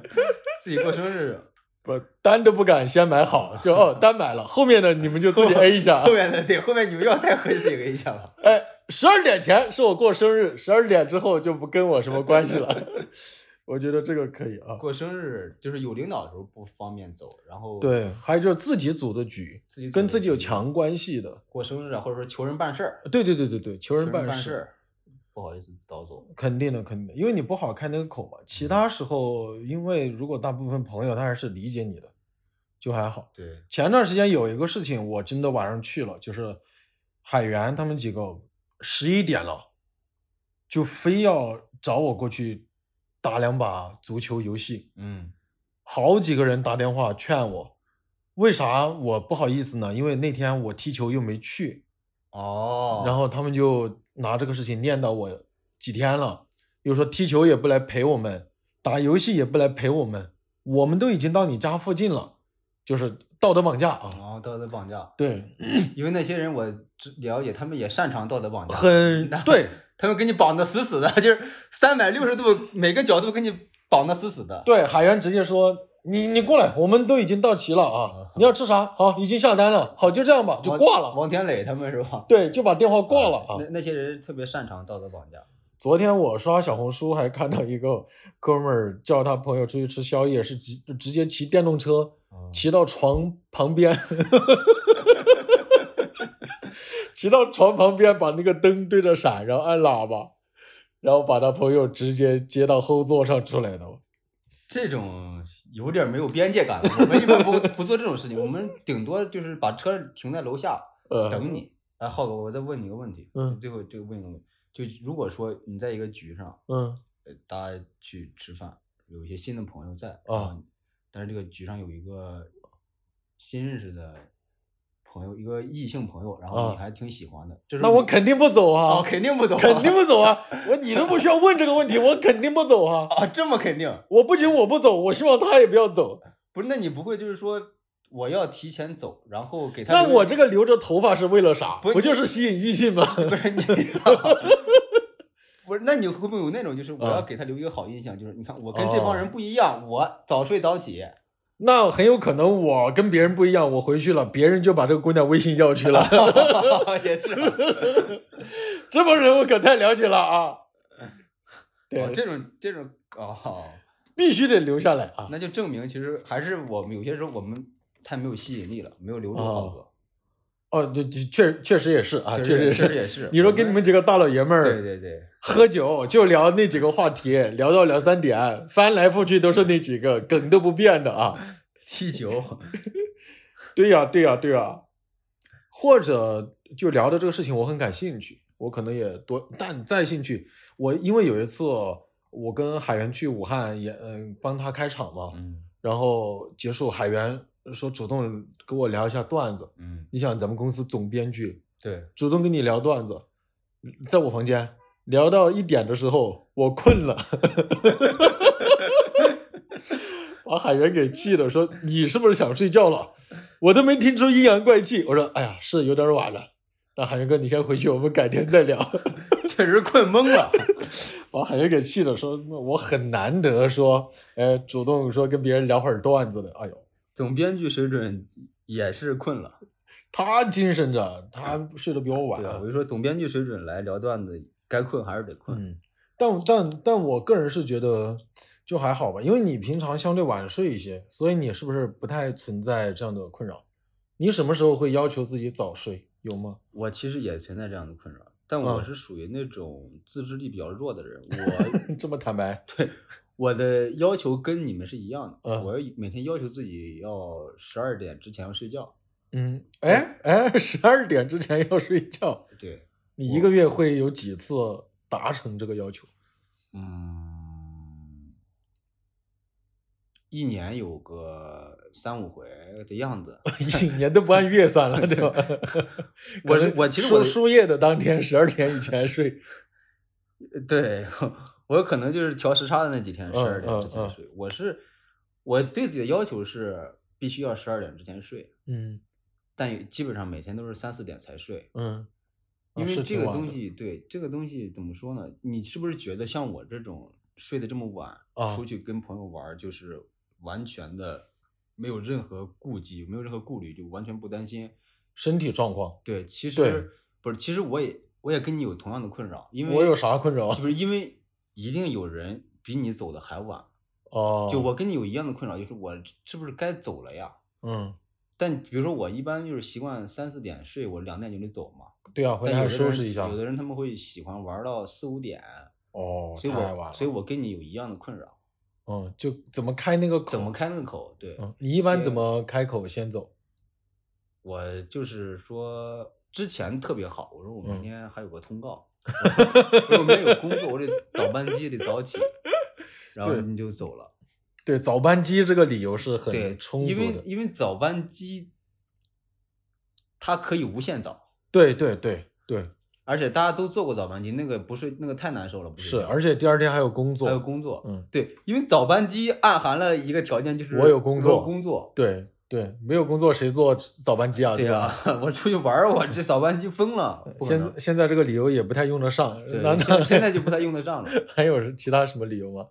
S1: 自己过生日，
S2: 不，单都不敢先买 好，就哦，单买了，后面的你们就自己 A 一下
S1: 后。面的对，后面你们要再喝就自己喝一下了。
S2: 哎，十二点前是我过生日，十二点之后就不跟我什么关系 了。我觉得这个可以啊。
S1: 过生日就是有领导的时候不方便走，然后
S2: 对，还有就是自己组的局，
S1: 自己
S2: 跟自己有
S1: 强。
S2: 强关系的，
S1: 过生日啊，或者说求人办事儿，
S2: 对对对对对，求
S1: 求
S2: 人
S1: 人
S2: 办
S1: 事，儿，不好意思早走。
S2: 肯定的，肯定的，因为你不好开那个口嘛。
S1: 嗯
S2: 其他时候，因为如果大部分朋友他还是理解你的，就还好。
S1: 对，
S2: 前段时间有一个事情，我真的晚上去了，就是海源他们几个十一点了，就非要找我过去打两把足球游戏，
S1: 嗯，
S2: 好几个人打电话劝我，为啥我不好意思呢？因为那天我踢球又没去，
S1: 哦，
S2: 然后他们就拿这个事情念叨我几天了，又说踢球也不来陪我们，打游戏也不来陪我们，我们都已经到你家附近了，就是道德绑架
S1: 然
S2: 啊！
S1: 后哦道德绑架，
S2: 对，
S1: 因为那些人我知了解，他们也擅长道德绑架，
S2: 很
S1: 那
S2: 对
S1: 他们给你绑的死死的，就是三百六十度每个角度给你绑的死死的。
S2: 对，海源直接说你你过来，我们都已经到齐了
S1: 哦
S2: 啊！你要吃啥？好，已经下单了，好就这样吧，就
S1: 王
S2: 挂了。
S1: 王天磊他们是 吧？
S2: 对，就把电话挂了啊！
S1: 那那些人特别擅长道德绑架。
S2: 昨天我刷小红书还看到一个哥们儿叫他朋友出去吃宵夜，是直直接骑电动车
S1: 哦
S2: 骑到床旁边， 骑到床旁边，把那个灯对着闪，然后按喇叭，然后把他朋友直接接到后座上出来的。
S1: 这种有点没有边界感了。我们一般不 不做这种事情，我们顶多就是把车停在楼下
S2: 呃，
S1: 等你。哎，浩哥，我再问你一个问题，
S2: 嗯
S1: 最后这个问一个问题，就如果说你在一个局上，
S2: 嗯
S1: 呃，大家去吃饭，有一些新的朋友在啊、
S2: 啊
S1: 然后但是这个局上有一个新认识的朋友，一个异性朋友，然后你
S2: 啊
S1: 还挺喜欢的，这时
S2: 那
S1: 候
S2: 我
S1: 你
S2: 肯定不走啊，
S1: 哦肯定不走啊，
S2: 肯定不走啊！ 我你都不需要问这个问题，我肯定不走啊！
S1: 啊，这么肯定
S2: 我不仅我不走，我希望他也不要走。
S1: 不是？那你不会就是说我要提前走，然后给他
S2: 那
S1: 留一
S2: 我这个留着头发是为了啥？
S1: 不是
S2: 不就是吸引异性吗？
S1: 不是你，不是，那你会不会有那种，就是我要
S2: 嗯哦
S1: 给他留一个好印象，就是你看我跟这帮人不一样，我早睡早 起，
S2: 那很有可能我跟别人不一样，我回去了，别人就把这个姑娘微信要去了。
S1: 也是啊，
S2: 这帮人我可太了解了啊！
S1: 哦
S2: 对，
S1: 这种这种哦，
S2: 必须得留下来啊！
S1: 那就证明其实还是我们有些时候我们太没有吸引力了，没有留住浩哥，
S2: 哦，对，对确确实也是啊，确
S1: 也
S2: 实
S1: 确实
S2: 也是。
S1: 也是。
S2: 你说跟你们几个大老爷们
S1: 我
S2: 儿
S1: 对对对，
S2: 喝酒就聊那几个话题，聊到两三点，翻来覆去都是那几个梗都不变的啊。
S1: 踢 球，
S2: 对呀、对呀、对呀、或者就聊的这个事情，我很感兴趣，我可能也多，但再兴趣，我因为有一次我跟海源去武汉也嗯帮他开场嘛，
S1: 嗯
S2: 然后结束海源说主动跟我聊一下段子，
S1: 嗯，
S2: 你想咱们公司总编剧
S1: 对，
S2: 主动跟你聊段子，在我房间聊到一点的时候，我困了， 把海源给气的，说你是不是想睡觉了？我都没听出阴阳怪气。我说，哎呀，是有点晚了。那海源哥，你先回去，我们改天再聊。
S1: 确实困懵了，
S2: 把海月给气的说，我很难得说，哎，主动说跟别人聊会儿段子的，哎呦，
S1: 总编剧水准也是困了。
S2: 他精神着，他睡得比我晚
S1: 对啊，我就说总编剧水准来聊段子，该困还是得困。
S2: 嗯，但但但我个人是觉得就还好吧，因为你平常相对晚睡一些，所以你是不是不太存在这样的困扰？你什么时候会要求自己早睡？有吗？
S1: 我其实也存在这样的困扰，但
S2: 嗯
S1: 我是属于那种自制力比较弱的人，
S2: 这么坦白？
S1: 我我的要求跟你们是一样的，
S2: 嗯
S1: 我要每天要求自己要十二点之前要睡觉。
S2: 嗯，哎哎，十二点之前要睡觉，
S1: 对，
S2: 你一个月会有几次达成这个要求？
S1: 嗯，一年有个三五回的样子。
S2: 一年都不按月算了，对吧？
S1: 我
S2: 可
S1: 是
S2: 能
S1: 我其 实
S2: 输
S1: 我的
S2: 输液的当天十二点以前睡，
S1: 对我可能就是调时差的那几天，
S2: 呃嗯
S1: 十二点之
S2: 嗯嗯
S1: 前睡。我是我对自己的要求是必须要十二点之前睡，
S2: 嗯
S1: 但基本上每天都是三四点才睡，
S2: 嗯，啊
S1: 因为
S2: 是
S1: 这
S2: 挺
S1: 个
S2: 晚
S1: 东
S2: 的
S1: 西，对这个东西怎么说呢？你是不是觉得像我这种睡得这么晚，
S2: 啊
S1: 出去跟朋友玩儿就是完全的没有任何顾忌，没有任何顾虑，就完全不担心？
S2: 身体状况，
S1: 对，其
S2: 对
S1: 实不是，其实我也我也跟你有同样的困扰，因为
S2: 我有啥困扰
S1: 就？是因为一定有人比你走的还晚。
S2: 哦，
S1: 就我跟你有一样的困扰，就是我是不是该走了呀？
S2: 嗯，
S1: 但比如说我一般就是习惯三四点睡，我两点就得走嘛。
S2: 对啊，回
S1: 但
S2: 来
S1: 有
S2: 还
S1: 的
S2: 收
S1: 人
S2: 拾一下
S1: 有。的人他们会喜欢玩到四五点，
S2: 哦，
S1: 所以
S2: 太晚
S1: 我
S2: 了。
S1: 所以我跟你有一样的困扰，
S2: 嗯，就怎么开那个口？
S1: 怎么？开那个口？对，
S2: 嗯，你一般
S1: 先
S2: 怎么开口先走？
S1: 我就是说之前特别好，我说我
S2: 嗯
S1: 明天还有个通告， 我说我明天有工作，我得早班机得早起，然后
S2: 对
S1: 你就走了。
S2: 对，早班机这个理由是
S1: 对
S2: 很，充
S1: 因
S2: 足
S1: 为
S2: 的。
S1: 因为早班机它可以无限早。
S2: 对对对对，
S1: 而且大家都坐过早班机，那个不睡那个太难受了，不睡
S2: 是，
S1: 觉
S2: 而且第二天还有工作。
S1: 还有工作，
S2: 嗯，
S1: 对，因为早班机暗含了一个条件就是
S2: 我有工作
S1: 我工作，
S2: 对对，没有工作谁坐早班机啊？
S1: 对
S2: 吧？
S1: 呀、 我出去玩儿，我这早班机疯了，不可能
S2: 现现在这个理由也不太用得上，
S1: 对
S2: 难，道
S1: 现现在就不太用得上了。
S2: 还有其他什么理由吗？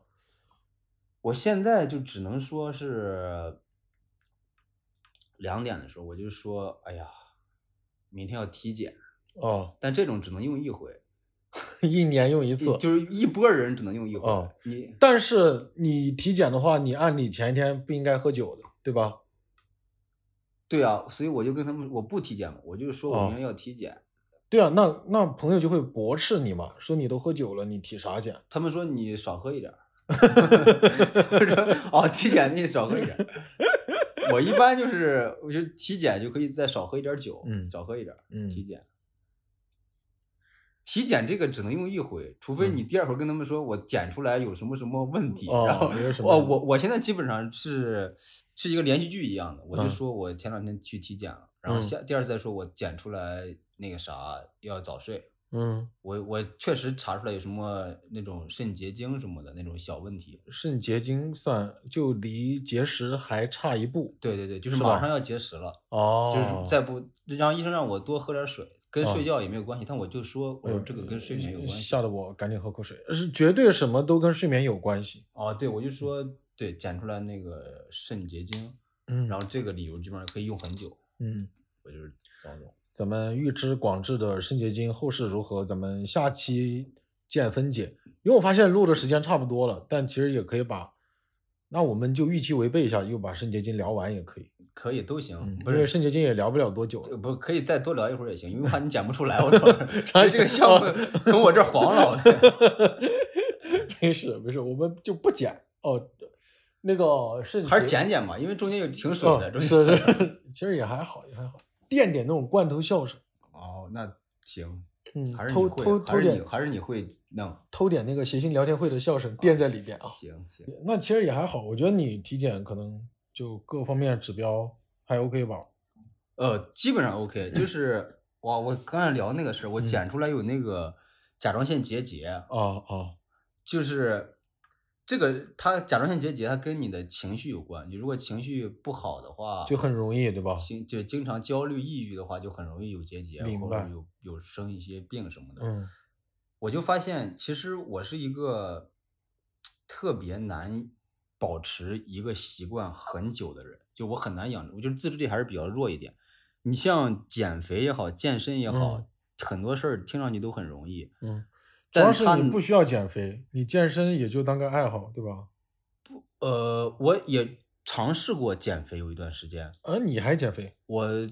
S1: 我现在就只能说是两点的时候，我就说，哎呀，明天要体检，
S2: 哦，
S1: 但这种只能用一回，
S2: 一年用一次。
S1: 就是一波人只能用一回，
S2: 哦
S1: 你
S2: 但是你体检的话，你按理前一天不应该喝酒的，对吧？
S1: 对啊，所以我就跟他们我不体检嘛，我就说我
S2: 哦
S1: 明天要体检。
S2: 对啊，那那朋友就会驳斥你嘛，说你都喝酒了，你体啥检？
S1: 他们说你少喝一 点儿，我说哦，体检你少喝一点 儿。我一般就是，我就体检就可以再少喝一点儿酒，
S2: 嗯
S1: 少喝一点儿
S2: 嗯
S1: 体检。体检这个只能用一回，除非你第二回跟他们说我检出来有什么什么问题，
S2: 嗯哦
S1: 然后
S2: 有什么
S1: 哦，
S2: 问题
S1: 我我现在基本上是是一个连续剧一样的，我就
S2: 嗯
S1: 说我前两天去体检了，然后
S2: 嗯
S1: 下第二次再说我检出来那个啥要早睡，
S2: 嗯，
S1: 我我确实查出来有什么那种肾结晶什么的那种小问题。
S2: 肾结晶算就离结石还差一步
S1: 对对对，就是
S2: 是
S1: 马
S2: 吧
S1: 上要结石了，
S2: 哦
S1: 就是再不让医生让我多喝点水，跟
S2: 哦
S1: 睡觉也没有关系。但我就说，我
S2: 哎呦
S1: 说这个跟睡眠有关系。
S2: 吓得我赶紧喝口水，是绝对什么都跟睡眠有关系。
S1: 哦，对，我就说对，检出来那个肾结晶，
S2: 嗯，
S1: 然后这个理由基本上可以用很久，
S2: 嗯，
S1: 我就是早懂。
S2: 咱们预知广智的肾结晶后事如何，咱们下期见分解。因为我发现录的时间差不多了，但其实也可以把，那我们就预期违背一下，又把肾结晶聊完也可以。
S1: 可以都行，
S2: 嗯，
S1: 不
S2: 因为
S1: 是
S2: 肾结晶也聊不了多久了。
S1: 这不可以再多聊一会儿也行，因为怕你剪不出 来，我操
S2: 长，
S1: 这个项目从我这儿黄了。 我
S2: 没事没事，我们就不剪哦。那个肾
S1: 还是
S2: 结
S1: 剪剪吧，因为中间有停水的，
S2: 哦，
S1: 中
S2: 是
S1: 间
S2: 是，其实也还好，也还好，垫点那种罐头笑声，
S1: 哦，那行，
S2: 嗯，
S1: 还是你
S2: 偷
S1: 会
S2: 偷
S1: 还
S2: 偷
S1: 是你
S2: 点哦
S1: 还是你会弄。
S2: 偷点那个谐星聊天会的笑声垫在里边啊。
S1: 行行，
S2: 那其实也还好，我觉得你体检可能就各方面指标还 OK 吧。
S1: 呃，基本上 OK，就是哇，我刚才聊那个事儿，我
S2: 嗯
S1: 检出来有那个甲状腺结节，
S2: 啊啊，
S1: 就是这个它甲状腺结节它跟你的情绪有关，你如果情绪不好的话，
S2: 就很容易，对吧？
S1: 经就经常焦虑、抑郁的话，就很容易有结节，
S2: 明
S1: 或者
S2: 白
S1: 有有生一些病什么的。
S2: 嗯
S1: 我就发现，其实我是一个特别难保持一个习惯很久的人，就我很难养成，我就是自制力还是比较弱一点。你像减肥也好，健身也好，
S2: 嗯
S1: 很多事儿听上去都很容易，
S2: 嗯，主
S1: 但
S2: 要
S1: 是
S2: 是
S1: 他
S2: 你
S1: 们
S2: 不需要减肥，你健身也就当个爱好，对吧？
S1: 呃，我也尝试过减肥有一段时间，
S2: 而你还减肥，
S1: 我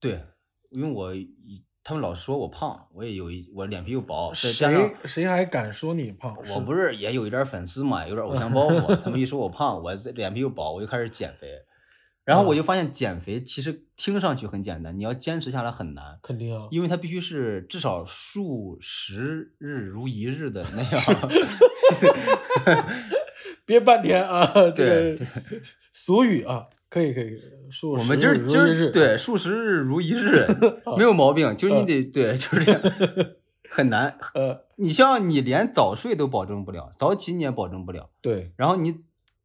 S1: 对，因为我一他们老说我胖，我也有一我脸皮又薄，再加上
S2: 谁谁还敢说你胖？
S1: 我不是也有一点儿粉丝嘛，有点儿偶像包袱，他们一说我胖，我这脸皮又薄，我就开始减肥，然后我就发现减肥其实听上去很简单，你要坚持下来很难。
S2: 肯定啊，
S1: 因为它必须是至少数十日如一日的那样，
S2: 憋半天啊，
S1: 对
S2: 这个俗语啊，可以可 以，数
S1: 我
S2: 十
S1: 们今儿
S2: 日如
S1: 今
S2: 一
S1: 儿
S2: 日
S1: 对数十日如一 日，没有毛病，就是
S2: 嗯
S1: 你得对，就是这样，很难。
S2: 呃
S1: 你像你连早睡都保证不了，早起你也保证不了，
S2: 对，
S1: 然后你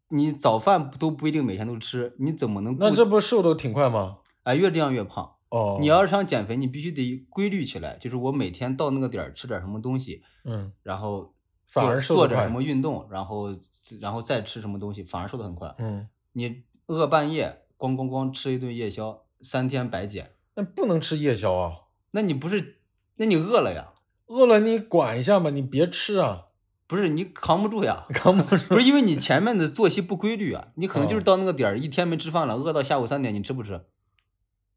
S1: 你早饭都不一定每天都吃，你怎么能
S2: 那
S1: 顾
S2: 这不瘦的挺快吗？
S1: 哎越这样越胖？
S2: 哦，
S1: 你要是想减肥，你必须得规律起来，就是我每天到那个点儿吃点儿什么东西，
S2: 嗯，
S1: 然后
S2: 反
S1: 做
S2: 而瘦
S1: 做
S2: 得
S1: 点儿什
S2: 快
S1: 么运动，然后然后再吃什么东西，反而瘦得很快。
S2: 嗯，
S1: 你饿半夜咣咣咣吃一顿夜宵，三天白减。
S2: 那不能吃夜宵啊，
S1: 那你不是，那你饿了呀？
S2: 饿了你管一下嘛，你别吃啊，，
S1: 不是你扛不住呀
S2: 扛不住。
S1: 不是因为你前面的作息不规律啊，你可能就是
S2: 哦
S1: 到那个点儿一天没吃饭了，饿到下午三点，你吃不吃？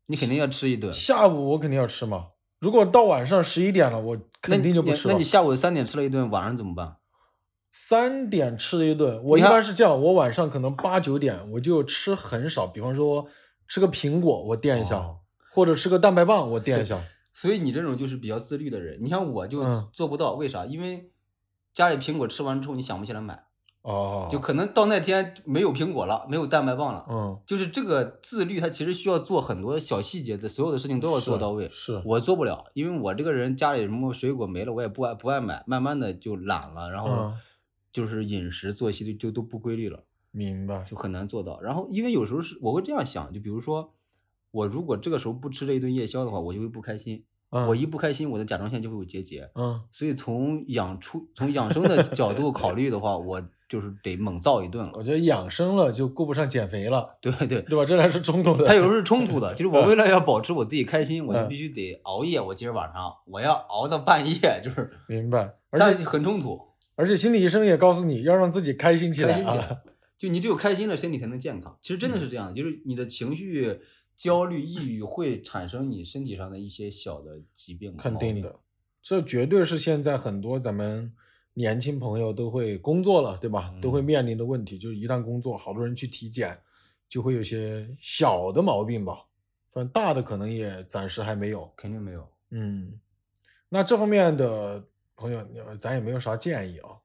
S1: 你肯定要吃一顿。
S2: 下午我肯定要吃嘛，如果到晚上十一点了，我
S1: 那
S2: 肯定
S1: 你
S2: 就不
S1: 那
S2: 吃
S1: 那
S2: 了
S1: 你。下午三点吃了一顿，晚上怎么办？
S2: 三点吃了一顿，我
S1: 你
S2: 一
S1: 看
S2: 般是这样，我晚上可能八九点我就吃很少，比方说吃个苹果我垫一下，
S1: 哦
S2: 或者吃个蛋白棒我垫一
S1: 是
S2: 下。
S1: 所以你这种就是比较自律的人，你像我就
S2: 嗯
S1: 做不到，为啥？因为家里苹果吃完之后，你想不起来买，
S2: 哦，
S1: 就可能到那天没有苹果了，没有蛋白棒了。
S2: 嗯，
S1: 就是这个自律，它其实需要做很多小细节的，所有的事情都要做
S2: 是
S1: 到位。
S2: 是，
S1: 我做不了，因为我这个人家里什么水果没了，我也不爱不爱买，慢慢的就懒了，然后
S2: 嗯
S1: 就是饮食作息就就都不规律了，
S2: 明白。
S1: 就很难做到。然后因为有时候是我会这样想，就比如说我如果这个时候不吃这一顿夜宵的话，我就会不开心，
S2: 嗯
S1: 我一不开心，我的甲状腺就会有结节。
S2: 嗯
S1: 所以从养出从养生的角度考虑的话，我就是得猛造一顿
S2: 我
S1: 了。
S2: 觉得养生了就顾不上减肥了，
S1: 对对，
S2: 对吧？这俩是冲突的。
S1: 它有时候是冲突的，就是我为了要保持我自己开心，我就
S2: 嗯
S1: 必须得熬夜。我今儿晚上我要熬到半夜，就是
S2: 明白，而且
S1: 但很冲突。
S2: 而且心理医生也告诉你要让自己开心起
S1: 开
S2: 来
S1: 心起来
S2: 啊。
S1: 就你只有开心了，身体才能健康。其实真的是这样的，
S2: 嗯
S1: 就是你的情绪、焦虑、抑郁会产生你身体上的一些小的疾病。
S2: 肯
S1: 毛
S2: 定
S1: 病
S2: 的，这绝对是现在很多咱们年轻朋友都会工作了，对吧？都会
S1: 嗯
S2: 面临的问题，就是一旦工作，好多人去体检，就会有些小的毛病吧，反正大的可能也暂时还没有。
S1: 肯定没有。
S2: 嗯，那这方面的朋友，你咱也没有啥建议啊。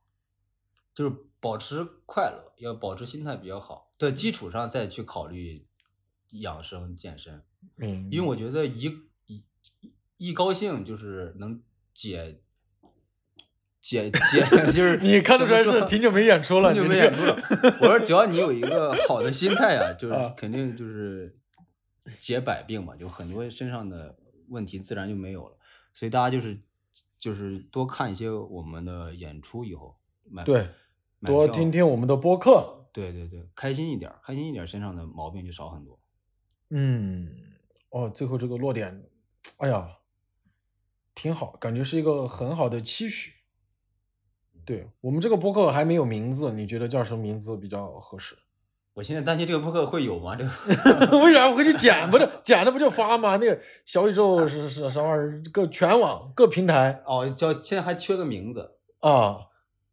S1: 就是保持快乐，要保持心态比较好的基础上再去考虑养生健身，
S2: 嗯，
S1: 因为我觉得一一一高兴就是能解解解， 就是
S2: 你看得出来是挺
S1: 挺
S2: 久没演出了，
S1: 就
S2: 你
S1: 没
S2: 这
S1: 演
S2: 个
S1: 出了。我说只要你有一个好的心态啊，就是
S2: 啊
S1: 肯定就是解百病嘛，就很多身上的问题自然就没有了。所以大家就是就是多看一些我们的演出以后，买
S2: 对，
S1: 买
S2: 多
S1: 票
S2: 听听我们的播客。
S1: 对对对，开心一点儿，开心一点儿，身上的毛病就少很多。
S2: 嗯，哦，最后这个落点，哎呀，挺好，感觉是一个很好的期许。对，我们这个播客还没有名字，你觉得叫什么名字比较合适？
S1: 我现在担心这个播客会有吗？这个
S2: 为啥我回去剪不就剪了不就发吗？那个小宇宙是是啥玩意儿？各全网各平台
S1: 哦，叫现在还缺个名字，
S2: 啊，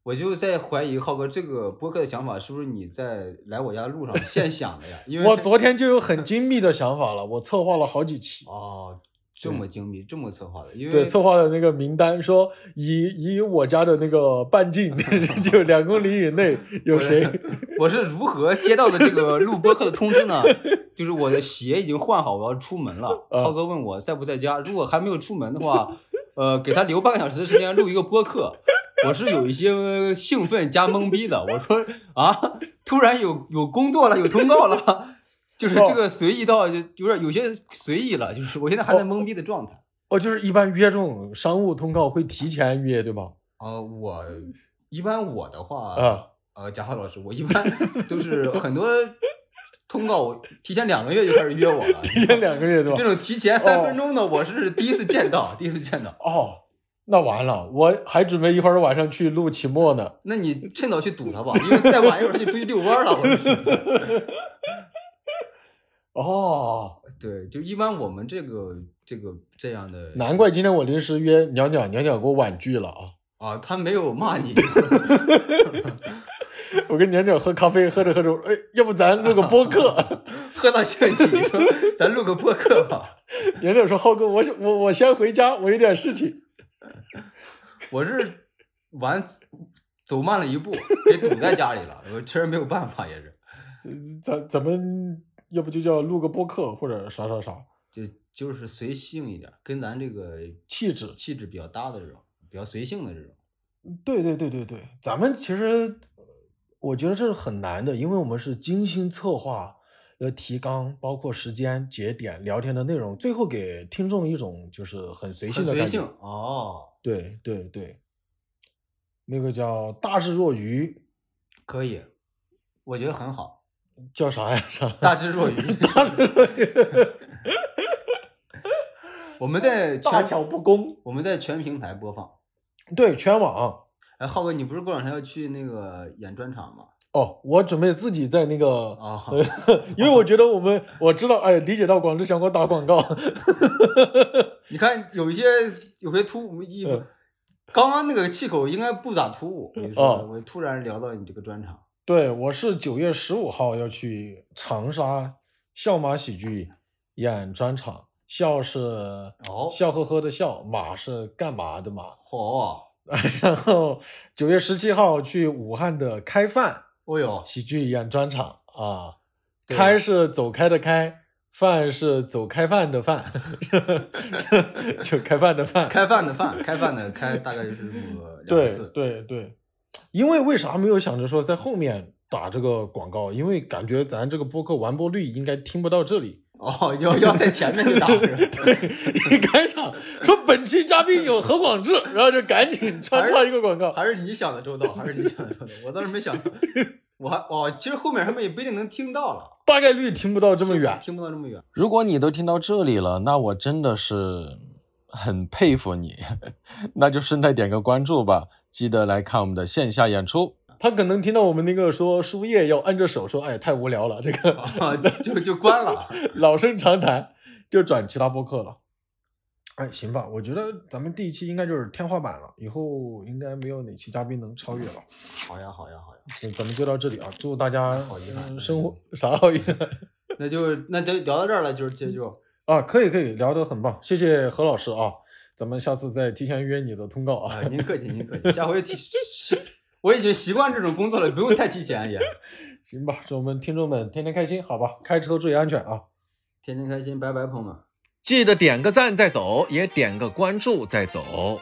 S1: 我就在怀疑浩哥这个播客的想法是不是你在来我家路上 现想的呀？因为
S2: 我昨天就有很精密的想法了，我策划了好几期。
S1: 哦这么精密，这么策划的，因为
S2: 对，策划的那个名单说以以我家的那个半径 就两公里以内有谁？
S1: 我是如何接到的这个录播课的通知呢？ 就是我的鞋已经换好，我要出门了。
S2: 啊
S1: 涛哥问我在不在家，如果还没有出门的话， 呃，给他留半个小时的时间录一个播客。我是有一些兴奋加懵逼的， 我说啊，突然有有工作了，有 通告哦哦了，就是这个随意到就有点有些随意了，就是我现在还在懵逼的状态。
S2: 哦，就是一般约这种商务通告会提前约，对吧？
S1: 呃，我一般我的话，
S2: 啊，
S1: 呃，贾浩老师，我一般都是很多通告，我提前两个月就开始约我了。
S2: 提前两个月，对 吧
S1: 这？种提前三分钟的，我是第一次见到，第一次见 到。
S2: 哦，那完了，我还准备一会儿晚上去录期末呢。
S1: 那你趁早去堵他吧，因为再晚一会儿他就出去遛弯儿了。我就觉得
S2: 哦，
S1: 对，就一般我们这个这个这样的，
S2: 难怪今天我临时约鸟鸟，鸟鸟给我婉拒了啊！
S1: 啊，他没有骂你，
S2: 我跟鸟鸟喝咖啡，喝着喝着，哎，要不咱录个播客？
S1: 喝到兴起，你说咱录个播客吧。
S2: 鸟鸟说：“浩哥，我想我我先回家，我有点事情。
S1: 我是晚走慢了一步，给堵在家里了。我确实没有办法，也是，
S2: 咱咱咱们要不就叫录个播客，或者啥啥啥，
S1: 就就是随性一点，跟咱这个
S2: 气质。
S1: 气质比较搭的这种，比较随性的这种。
S2: 对对对对对，咱们其实我觉得这是很难的，因为我们是精心策划。”呃，提纲包括时间、节点、聊天的内容，最后给听众一种就是很随性
S1: 很
S2: 的感觉。
S1: 随性哦，
S2: 对对对，那个叫大智若愚，
S1: 可以，我觉得很好，
S2: 叫啥呀？啥？
S1: 大智若愚。
S2: 大智 若愚，
S1: 我们在
S2: 大
S1: 全
S2: 巧不工。
S1: 我们在全平台播放。
S2: 对，全网
S1: 哎，浩哥，你不是过两天要去那个演专场吗？
S2: 哦，我准备自己在那个，
S1: 啊、
S2: 因为我觉得我们我知道，哎，理解到广志想给我打广告，
S1: 你看有一些有些突兀，一
S2: 嗯
S1: 刚刚那个气口应该不咋突兀，我就说
S2: 哦
S1: 我突然聊到你这个专场，
S2: 对我是九月十五号要去长沙笑马喜剧演专场，笑是
S1: 哦啊
S2: 笑呵呵的笑，马是干嘛的马，
S1: 嚯、
S2: 然后九月十七号去武汉的开饭。
S1: 哦哟，
S2: 喜剧演专场啊，
S1: 对
S2: 开是走开的开，饭是走开饭的饭， 就开饭的饭。
S1: 开饭的饭，开饭的开，大概就是那么两个
S2: 对
S1: 字。
S2: 对对，因为为啥没有想着说在后面打这个广告？因为感觉咱这个播客完播率应该听不到这里。
S1: 哦，要要在前面就打是吧
S2: 一 开场说本期嘉宾有何广智，然后就赶紧穿插一个广 告。
S1: 还是你想的周到，还是你想的周到，我倒是没想到，我还哦，其实后面他们也不一定能听到了，
S2: 大概率听不到这么远。
S1: 听不到这么远。
S4: 如果你都听到这里了，那我真的是很佩服你， 那就顺带点个关注吧，记得来看我们的线下演出。
S2: 他可能听到我们那个说输液要摁着手说，哎，太无聊了，这个
S1: 啊，就就关了。
S2: 老生常谈，就转其他播客了。哎，行吧，我觉得咱们第一期应该就是天花板了，以后应该没有哪期嘉宾能超越了。
S1: 好呀，好呀，好呀，
S2: 行，咱们就到这里啊，祝大家
S1: 好遗憾
S2: 嗯生活啥好运
S1: 那就那就聊到这儿了，就是这就
S2: 啊，可以可以，聊得很棒，谢谢何老师啊，咱们下次再提前约你的通告啊
S1: 啊，。您客气，您客气，下回提， 我已经习惯这种工作了，不用太提前也。
S2: 行吧，祝我们听众们天天开心，好吧，开车注意安全啊。
S1: 天天开心，拜拜，朋友们。
S4: 记得点个赞再走，也点个关注再走。